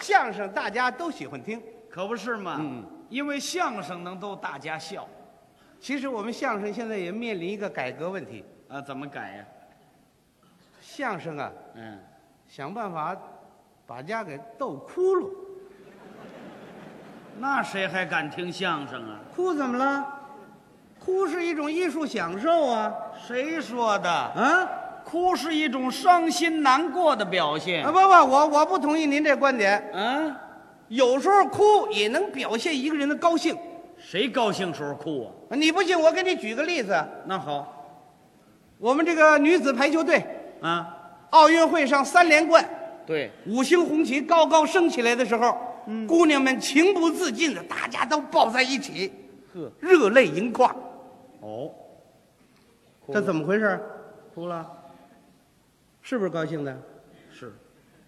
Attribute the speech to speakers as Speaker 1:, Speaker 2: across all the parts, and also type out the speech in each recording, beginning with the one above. Speaker 1: 相声大家都喜欢听。
Speaker 2: 可不是嘛。
Speaker 1: 嗯，
Speaker 2: 因为相声能逗大家笑
Speaker 1: 其实我们相声现在也面临一个改革问题，
Speaker 2: 啊，怎么改呀、
Speaker 1: 相声啊，
Speaker 2: 嗯，
Speaker 1: 想办法把家给逗哭了。
Speaker 2: 那谁还敢听相声啊？
Speaker 1: 哭怎么了？哭是一种艺术享受啊！
Speaker 2: 谁说的？
Speaker 1: 啊
Speaker 2: 哭是一种伤心难过的表现
Speaker 1: 啊不不，我我不同意您这观点。
Speaker 2: 啊，
Speaker 1: 有时候哭也能表现一个人的高兴。
Speaker 2: 谁高兴时候哭啊？
Speaker 1: 你不信，我给你举个例子。
Speaker 2: 那好
Speaker 1: 我们这个女子排球队
Speaker 2: 啊，
Speaker 1: 奥运会上三连冠，
Speaker 2: 对，
Speaker 1: 五星红旗高高升起来的时候，姑娘们情不自禁的，大家都抱在一起，
Speaker 2: 呵，
Speaker 1: 热泪盈眶。
Speaker 2: 哦，
Speaker 1: 这怎么回事？
Speaker 2: 哭了？
Speaker 1: 是不是高兴的？
Speaker 2: 是，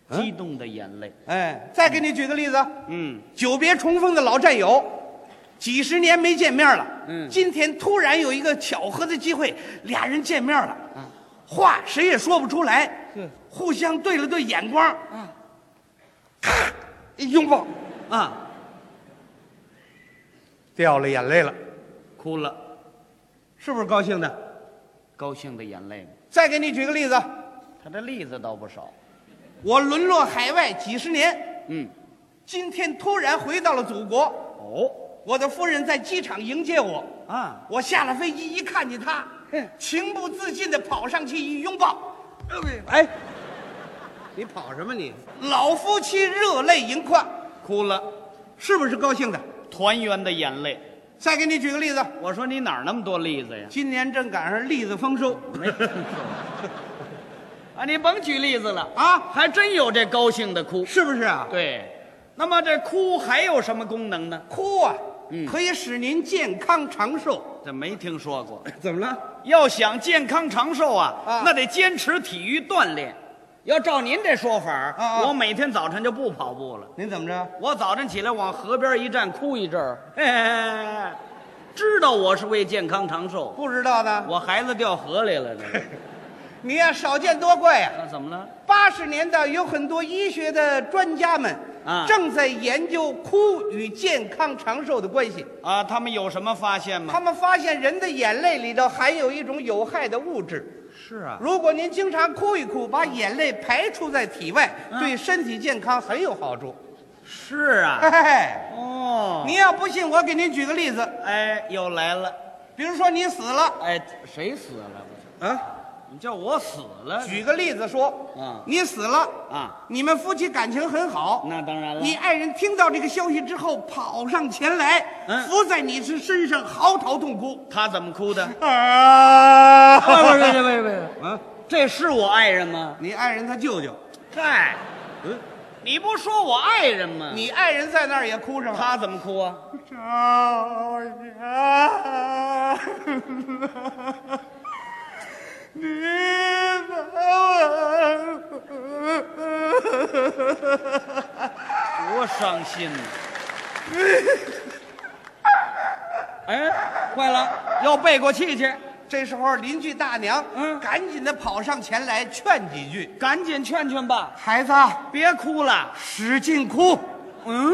Speaker 1: 啊
Speaker 2: 激动的眼泪。
Speaker 1: 哎，再给你举个例子，
Speaker 2: 嗯，
Speaker 1: 久别重逢的老战友，几十年没见面了，
Speaker 2: 嗯
Speaker 1: 今天突然有一个巧合的机会，俩人见面了，话谁也说不出来，
Speaker 2: 是
Speaker 1: 互相对了对眼光，咔，一拥抱，
Speaker 2: 啊，
Speaker 1: 掉了眼泪了，
Speaker 2: 哭了，
Speaker 1: 是不是高兴的？
Speaker 2: 高兴的眼泪。
Speaker 1: 再给你举个例子，
Speaker 2: 他这例子倒不少。
Speaker 1: 我沦落海外几十年，
Speaker 2: 嗯，
Speaker 1: 今天突然回到了祖国，
Speaker 2: 哦，
Speaker 1: 我的夫人在机场迎接我，
Speaker 2: 啊，
Speaker 1: 我下了飞机一看见她
Speaker 2: 嗯，
Speaker 1: 情不自禁地跑上去一拥抱。
Speaker 2: 哎，
Speaker 1: 你跑什么你？老夫妻热泪盈眶，
Speaker 2: 哭了，
Speaker 1: 是不是高兴的？
Speaker 2: 团圆的眼泪。
Speaker 1: 再给你举个例子，
Speaker 2: 我说你哪儿那么多例子呀？
Speaker 1: 今年正赶上栗子丰收
Speaker 2: 啊，你甭举例子了啊，
Speaker 1: 啊，
Speaker 2: 还真有这高兴的哭。
Speaker 1: 是不是啊？
Speaker 2: 对，那么这哭还有什么功能呢？
Speaker 1: 哭啊，
Speaker 2: 嗯
Speaker 1: 可以使您健康长寿。
Speaker 2: 这没听说过。
Speaker 1: 怎么了？
Speaker 2: 要想健康长寿啊，
Speaker 1: 啊
Speaker 2: 那得坚持体育锻炼。要照您这说法儿，
Speaker 1: 啊啊
Speaker 2: 我每天早晨就不跑步了。
Speaker 1: 您怎么着？
Speaker 2: 我早晨起来往河边一站，哭一阵儿、哎，知道我是为健康长寿。
Speaker 1: 不知道的，
Speaker 2: 我孩子掉河里 了，这
Speaker 1: 你呀、少见多怪呀、
Speaker 2: 那怎么了？
Speaker 1: 八十年代有很多医学的专家们
Speaker 2: 啊
Speaker 1: 正在研究哭与健康长寿的关系。
Speaker 2: 啊，他们有什么发现吗？
Speaker 1: 他们发现人的眼泪里头含有一种有害的物质。
Speaker 2: 是啊，
Speaker 1: 如果您经常哭一哭，把眼泪排出在体外，对身体健康很有好处。
Speaker 2: 是啊，
Speaker 1: 哎，
Speaker 2: 哦，
Speaker 1: 您要不信，我给您举个例子，
Speaker 2: 哎，又来了，
Speaker 1: 比如说你死了
Speaker 2: 哎，谁死了？
Speaker 1: 啊，
Speaker 2: 你叫我死了？
Speaker 1: 举个例子说，
Speaker 2: 啊
Speaker 1: 你死了，
Speaker 2: 啊，
Speaker 1: 你们夫妻感情很好，
Speaker 2: 那当然了。
Speaker 1: 你爱人听到这个消息之后，跑上前来，
Speaker 2: 嗯
Speaker 1: 伏在你是身上嚎啕痛哭。
Speaker 2: 他怎么哭的？
Speaker 1: 啊
Speaker 2: 不不不不 不，
Speaker 1: 啊，
Speaker 2: 这是我爱人吗？
Speaker 1: 你爱人他舅舅，
Speaker 2: 嗨，
Speaker 1: 嗯，
Speaker 2: 你不说我爱人吗？
Speaker 1: 你爱人在那儿也哭上了。
Speaker 2: 嗯他怎么哭啊？
Speaker 1: 少爷，你
Speaker 2: 多伤心啊呐！ 哎，坏了，要背过气去，
Speaker 1: 这时候邻居大娘，
Speaker 2: 嗯
Speaker 1: 赶紧的跑上前来劝几句
Speaker 2: 赶紧劝劝吧，：“
Speaker 1: 孩子，
Speaker 2: 别哭了。
Speaker 1: 使劲哭，
Speaker 2: 嗯，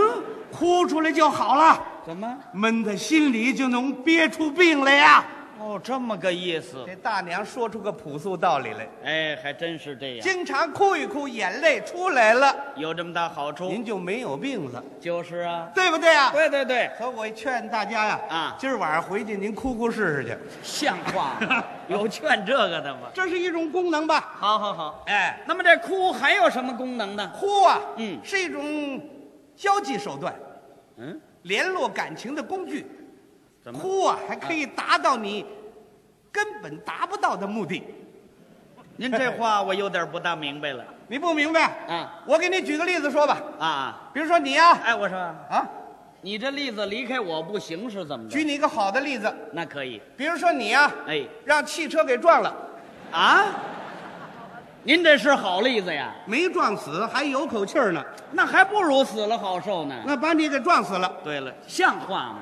Speaker 1: 哭出来就好了，
Speaker 2: 怎么？
Speaker 1: 闷在心里就能憋出病来呀。
Speaker 2: 哦，这么个意”思。
Speaker 1: 这大娘说出个朴素道理来，
Speaker 2: 哎，还真是这样，
Speaker 1: 经常哭一哭，眼泪出来了，
Speaker 2: 有这么大好处。
Speaker 1: 您就没有病了，
Speaker 2: 就是啊，
Speaker 1: 对不对啊？
Speaker 2: 对对对，
Speaker 1: 可我劝大家呀，
Speaker 2: 啊
Speaker 1: 今儿晚上回去您哭哭试试去，
Speaker 2: 像话吗？ 有劝这个的吗？
Speaker 1: 这是一种功能吧？
Speaker 2: 好好好。
Speaker 1: 哎，
Speaker 2: 那么这哭还有什么功能呢？
Speaker 1: 哭啊，
Speaker 2: 嗯
Speaker 1: 是一种交际手段，
Speaker 2: 嗯，
Speaker 1: 联络感情的工具。
Speaker 2: 怎么？
Speaker 1: 哭啊，还可以达到你根本达不到的目的。
Speaker 2: 您这话我有点不大明白了
Speaker 1: 你不明白？
Speaker 2: 啊
Speaker 1: 我给你举个例子说吧，
Speaker 2: 啊！
Speaker 1: 比如说你呀、
Speaker 2: 哎，我说。
Speaker 1: 啊，
Speaker 2: 你这例子离开我不行是怎么
Speaker 1: 举
Speaker 2: 着？
Speaker 1: 你一个好的例子，
Speaker 2: 那可以，
Speaker 1: 比如说你呀、
Speaker 2: 哎，
Speaker 1: 让汽车给撞了，
Speaker 2: 啊，您这是好例子呀，
Speaker 1: 没撞死，还有口气儿呢，
Speaker 2: 那还不如死了好受呢。
Speaker 1: 那把你给撞死了，
Speaker 2: 对了，像话吗？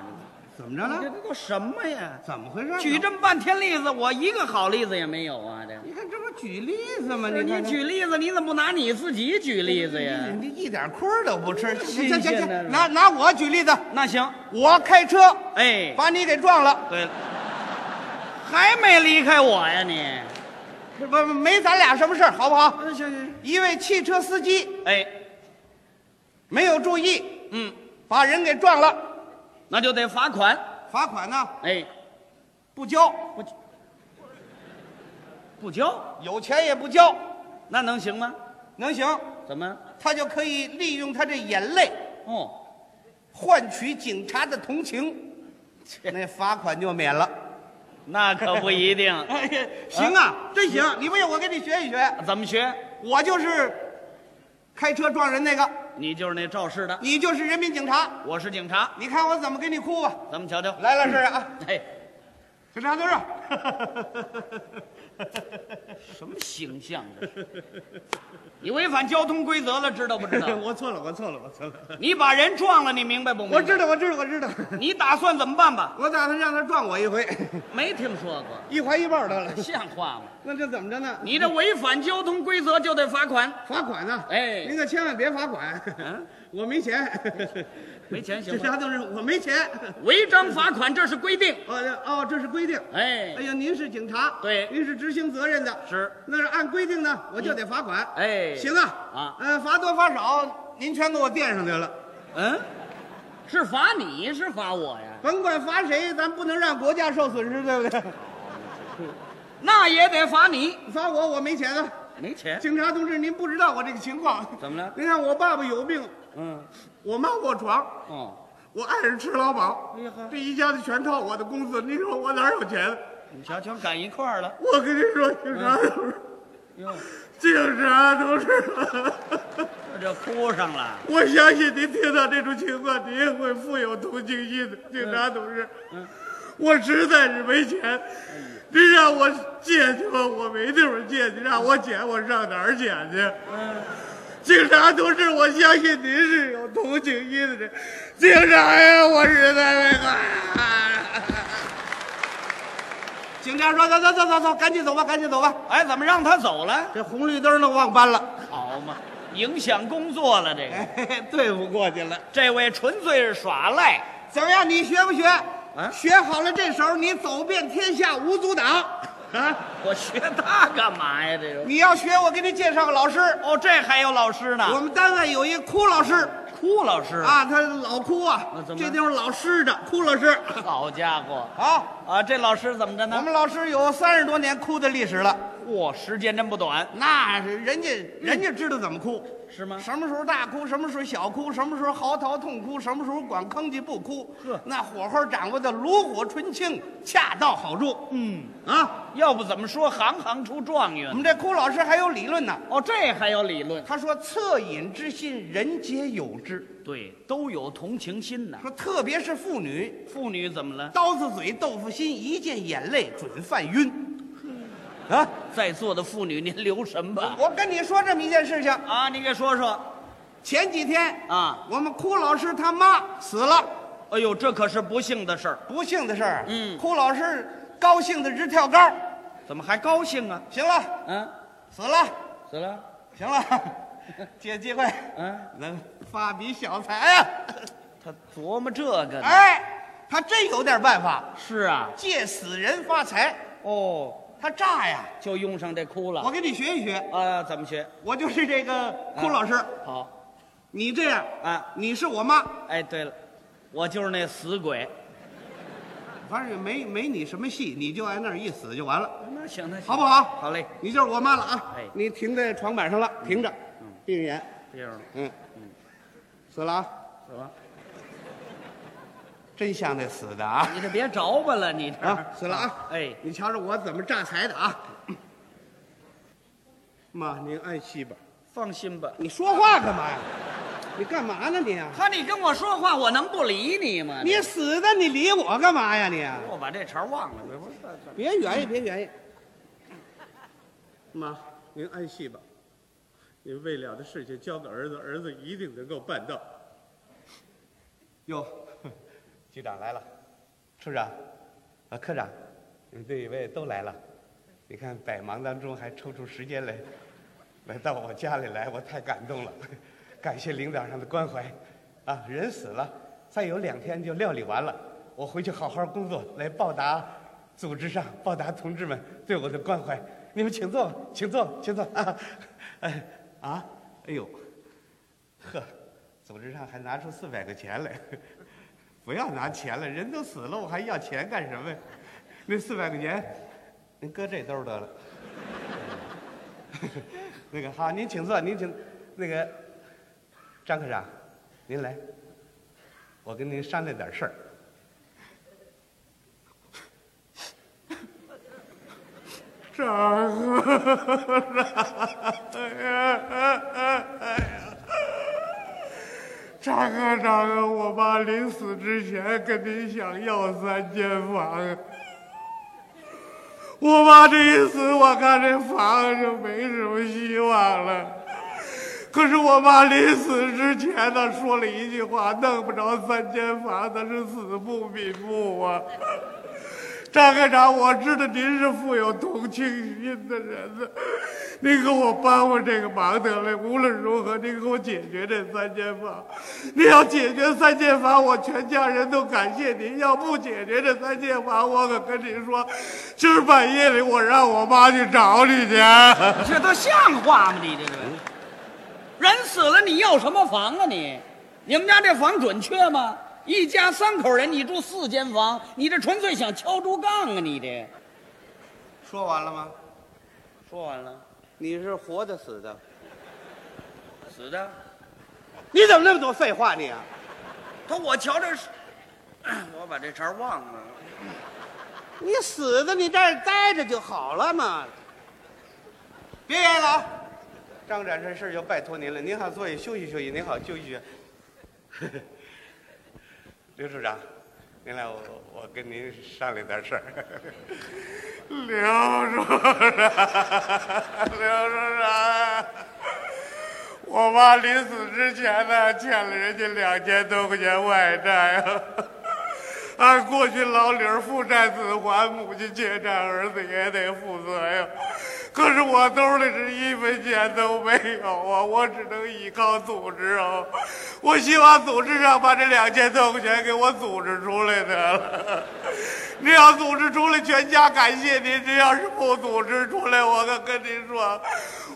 Speaker 1: 怎么着
Speaker 2: 这
Speaker 1: 了？
Speaker 2: 这都什么呀？
Speaker 1: 怎么回事？
Speaker 2: 举这么半天例子，我一个好例子也没有啊！这
Speaker 1: 你看这不举例子吗？
Speaker 2: 你
Speaker 1: 看看
Speaker 2: 举例子，你怎么不拿你自己举例子呀？
Speaker 1: 你一点亏儿都不吃。
Speaker 2: 新
Speaker 1: 行
Speaker 2: 鲜
Speaker 1: 行
Speaker 2: 的
Speaker 1: 行，拿拿我举例子，
Speaker 2: 那行，
Speaker 1: 我开车
Speaker 2: 哎，
Speaker 1: 把你给撞了，
Speaker 2: 对了，还没离开我呀你？
Speaker 1: 不不没咱俩什么事儿，好不好？
Speaker 2: 行行，
Speaker 1: 一位汽车司机
Speaker 2: 哎，
Speaker 1: 没有注意，
Speaker 2: 嗯，
Speaker 1: 把人给撞了，
Speaker 2: 那就得罚款，
Speaker 1: 罚款呢
Speaker 2: 哎，
Speaker 1: 不交，
Speaker 2: 不不交，
Speaker 1: 有钱也不交，
Speaker 2: 那能行吗？
Speaker 1: 能行？
Speaker 2: 怎么？
Speaker 1: 他就可以利用他这眼泪
Speaker 2: 哦，
Speaker 1: 换取警察的同情，那罚款就免了。
Speaker 2: 那可不一定，
Speaker 1: 哎呀，行啊，真行！你不信我给你学一学，
Speaker 2: 怎么学？
Speaker 1: 我就是开车撞人那个，
Speaker 2: 你就是那肇事的，
Speaker 1: 你就是人民警察。
Speaker 2: 我是警察，
Speaker 1: 你看我怎么给你哭吧！
Speaker 2: 咱们瞧瞧。
Speaker 1: 来了，试试啊，
Speaker 2: 哎，
Speaker 1: 警察同志，
Speaker 2: 什么形象这是？你违反交通规则了，知道不知道？
Speaker 1: 我错了，我错了，我错了，
Speaker 2: 你把人撞了，你明白不明白？
Speaker 1: 我知道，我知道，我知道，
Speaker 2: 你打算怎么办吧？
Speaker 1: 我打算让他撞我一 回，
Speaker 2: 没听说过，
Speaker 1: 一怀一抱得了。
Speaker 2: 像话吗？
Speaker 1: 那这怎么着呢？
Speaker 2: 你这违反交通规则就得罚款。
Speaker 1: 罚款呢？
Speaker 2: 哎
Speaker 1: 您可千万别罚款，
Speaker 2: 嗯，
Speaker 1: 我没钱。
Speaker 2: 没 钱
Speaker 1: 警
Speaker 2: 行吗？
Speaker 1: 察同志，我没 钱。
Speaker 2: 违章罚款这是规定。
Speaker 1: 哦哦，这是规定。
Speaker 2: 哎
Speaker 1: 哎，呀，您是警察，
Speaker 2: 对
Speaker 1: 您是执行责任的，
Speaker 2: 是，
Speaker 1: 那是按规定呢，我就得罚款。
Speaker 2: 哎
Speaker 1: 行啊，
Speaker 2: 啊
Speaker 1: 呃，罚多罚少，您全给我垫上去了，
Speaker 2: 嗯，是罚你是罚我呀？
Speaker 1: 甭管罚谁，咱不能让国家受损失，对不 对？
Speaker 2: 那也得罚你，
Speaker 1: 罚我，我没钱了。
Speaker 2: 没钱。
Speaker 1: 警察同志，您不知道我这个情况。
Speaker 2: 怎么了
Speaker 1: 您看我爸爸有病，
Speaker 2: 嗯，
Speaker 1: 我妈卧床，
Speaker 2: 哦，
Speaker 1: 我爱人吃劳保，
Speaker 2: 哎呀呵
Speaker 1: 这一家子全靠我的工资。您说我哪有钱？
Speaker 2: 你瞧瞧，赶一块儿了。
Speaker 1: 我跟您说，警
Speaker 2: 哎
Speaker 1: 察同志，
Speaker 2: 哟，
Speaker 1: 警察同志，
Speaker 2: 这就哭上了。
Speaker 1: 我相信您听到这种情况，您也会富有同情心的。警察同志，
Speaker 2: 嗯
Speaker 1: 我实在是没
Speaker 2: 哎
Speaker 1: 钱，您让我借去吧，我没地方借去，让我捡，我上哪儿捡去？
Speaker 2: 嗯，
Speaker 1: 警察同志，我相信您是有同情心的人。警察呀，我实在没警察说：“走走走走走，赶紧走吧，赶紧走吧。
Speaker 2: 哎，怎么让他走了？
Speaker 1: 这红绿灯都忘搬了，
Speaker 2: 好嘛，影响工作了。这个，
Speaker 1: 对付过去了。
Speaker 2: 这位纯粹是耍赖。
Speaker 1: 怎么样？你学不学？学好了这手，你走遍天下无阻挡。啊，
Speaker 2: 我学他干嘛呀？这个。
Speaker 1: 你要学，我给你介绍个老师。
Speaker 2: 哦，这还有老师呢。
Speaker 1: 我们单位有一哭老师
Speaker 2: 哭老师，
Speaker 1: 啊，他老哭啊
Speaker 2: 啊，怎么
Speaker 1: 这地方老湿着，哭老师
Speaker 2: 好家伙
Speaker 1: 啊。”
Speaker 2: 啊！这老师怎么着
Speaker 1: 我
Speaker 2: 呢？
Speaker 1: 们老师有三十多年哭的历史了，
Speaker 2: 嚯，时间真不短，
Speaker 1: 那是人家人家知道怎么哭，
Speaker 2: 是吗？
Speaker 1: 什么时候大哭，什么时候小哭，什么时候嚎啕痛哭，什么时候管吭叽不哭
Speaker 2: 呵，
Speaker 1: 那火候掌握的炉火纯青，恰到好处。嗯啊，
Speaker 2: 要不怎么说行行出状元
Speaker 1: 我
Speaker 2: 呢？
Speaker 1: 们这哭老师还有理论呢，
Speaker 2: 哦，这还有理论，
Speaker 1: 他说恻隐之心，人皆有之。
Speaker 2: 对，都有同情心呢。
Speaker 1: 说特别是妇女，
Speaker 2: 妇女怎么了？
Speaker 1: 刀子嘴豆腐心，一见眼泪准犯晕。
Speaker 2: 嗯
Speaker 1: 啊，
Speaker 2: 在座的妇女，您留神吧。
Speaker 1: 我跟你说这么一件事情，
Speaker 2: 啊，你给说说
Speaker 1: 前几天
Speaker 2: 啊！
Speaker 1: 我们哭老师他妈死了，
Speaker 2: 哎呦，这可是不幸的事儿，
Speaker 1: 不幸的事儿。
Speaker 2: 嗯
Speaker 1: 哭老师高兴的直跳高。
Speaker 2: 怎么还高兴啊？
Speaker 1: 行了，
Speaker 2: 嗯、
Speaker 1: 死了，
Speaker 2: 死了？
Speaker 1: 行了， 借机会
Speaker 2: 嗯、
Speaker 1: 能发笔小财啊！
Speaker 2: 他琢磨这个呢。
Speaker 1: 哎，他真有点办法，
Speaker 2: 是啊，
Speaker 1: 借死人发财，
Speaker 2: 哦，
Speaker 1: 他诈呀！
Speaker 2: 就用上这哭
Speaker 1: 我
Speaker 2: 了。
Speaker 1: 给你学一学，
Speaker 2: 啊，怎么学？
Speaker 1: 我就是这个哭老师。
Speaker 2: 好
Speaker 1: 你这样，
Speaker 2: 啊。
Speaker 1: 你是我妈，
Speaker 2: 哎，对了，我就是那死鬼。
Speaker 1: 反正没没你什么戏，你就挨那儿一死就完了。
Speaker 2: 那行，那行，
Speaker 1: 好不好
Speaker 2: 好嘞，
Speaker 1: 你就是我妈了啊！
Speaker 2: 哎
Speaker 1: 你停在床板上了，停着，闭着眼，
Speaker 2: 这样
Speaker 1: 嗯，死了啊，
Speaker 2: 死了。
Speaker 1: 真像那死的啊！
Speaker 2: 你这别着吧了，你这
Speaker 1: 啊，死了啊！
Speaker 2: 哎，
Speaker 1: 你瞧着我怎么榨财的啊！妈，您安息吧。
Speaker 2: 放心吧。
Speaker 1: 你说话干嘛呀？你干嘛呢你啊？
Speaker 2: 他你跟我说话，我能不理你吗？
Speaker 1: 你死的，你理我干嘛呀你？啊
Speaker 2: 我把这茬忘了，不是？
Speaker 1: 别圆也别圆也。妈，您安息吧。您未了的事情交给儿子，儿子 一定能够办到。哟，局长来了，处长，啊，科长，嗯，这一位都来了。你看，百忙当中还抽出时间来，来到我家里来，我太感动了，感谢领导上的关怀。啊，人死了，再有两天就料理完了，我回去好好工作，来报答组织上报答同志们对我的关怀。你们请坐吧，请坐，请坐啊！哎啊，哎呦，呵，组织上还拿出四百块钱来，不要拿钱了，人都死了，我还要钱干什么呀？那四百块钱，您搁这兜儿得了。 那个好，您请坐，您请，那个张科长，您来，我跟您商量点事儿。
Speaker 3: 张和尚，哎呀，张和尚，我妈临死之前跟您想要三间房，我妈这一死，我看这房就没什么希望了。可是我妈临死之前呢，说了一句话：“弄不着三间房，那是死不瞑目啊。”张科长，我知道您是富有同情心的人呢，您给我帮帮这个忙得了。无论如何，您给我解决这三间房。您要解决三间房，我全家人都感谢您；要不解决这三间房，我可跟您说，今儿半夜里我让我妈去找你去。
Speaker 2: 这都像话吗？你这个嗯人死了，你要什么房啊你？你们家这房准确吗？一家三口人，你住四间房，你这纯粹想敲竹杠啊！你这
Speaker 1: 说完了吗？
Speaker 2: 说完了，
Speaker 1: 你是活的死的？
Speaker 2: 死的，
Speaker 1: 你怎么那么多废话你啊？
Speaker 2: 他我瞧这是， 我把这茬儿忘了。
Speaker 1: 你死的，你这儿待着就好了嘛。别演了啊！张展这事儿就拜托您了，您好坐下休息休息，您好休息休息。 刘处长，您来，我我跟您商量点事儿。
Speaker 3: 刘处长，刘处长，我妈临死之前呢，欠了人家两千多块钱外债啊。按啊过去老理儿父债子还，母亲欠债，儿子也得负责呀。可是我兜里是一分钱都没有啊，我只能依靠组织啊。我希望组织上把这两千多块钱给我组织出来得了。你要组织出来，全家感谢您；这要是不组织出来，我可跟您说，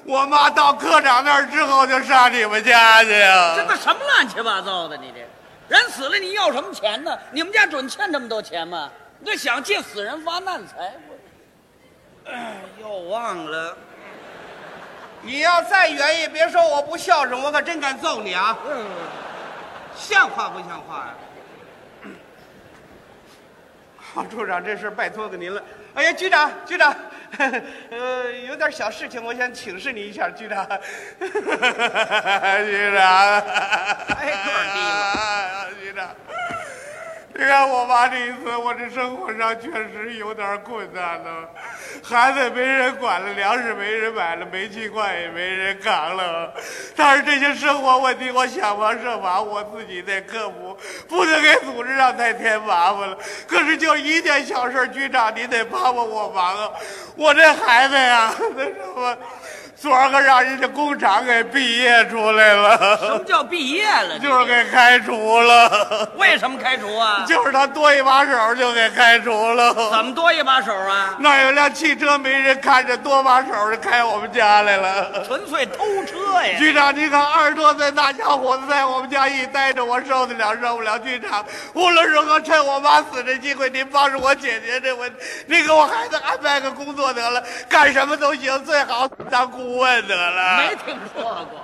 Speaker 3: 我妈到科长那儿之后就上你们家去呀、
Speaker 2: 这都什么乱七八糟的？你这人死了，你要什么钱呢？你们家准欠这么多钱吗？你这想借死人发难财？我哎，又忘了。
Speaker 1: 你要再愿意，别说我不孝顺，我可真敢揍你啊！
Speaker 2: 嗯
Speaker 1: 像话不像话呀、 好，处长，这事儿拜托给您了。哎呀，局长，局长， 呃，有点小事情，我想请示你一下，局长。
Speaker 3: 局长，挨
Speaker 2: 个儿低
Speaker 3: 了。局长，你看我妈这一次，我这生活上确实有点困难了，孩子没人管了，粮食没人买了，煤气罐也没人扛了。但是这些生活问题，我想方设法，我自己得克服，不能给组织上再添麻烦了。可是就一件小事儿，局长您得帮帮我忙啊！我这孩子呀， 那什么。昨儿个让人家工厂给毕业出来
Speaker 2: 什
Speaker 3: 了，
Speaker 2: 么叫毕业了？
Speaker 3: 就是给开除了，
Speaker 2: 为什么开除啊？
Speaker 3: 就是他多一把手就给开除了。
Speaker 2: 怎么多一把手啊？
Speaker 3: 那有辆汽车没人看着，多把手就开我们家来 了。
Speaker 2: 纯粹偷车呀！
Speaker 3: 局长，你看二十多岁大小伙子在我们家一待着，我受得了受不了？局长，无论如何趁我妈死这机会，您帮着我解决这问题，您给我孩子安排个工作得了，干什么都行，最好当顾问得了。
Speaker 2: 没听说过。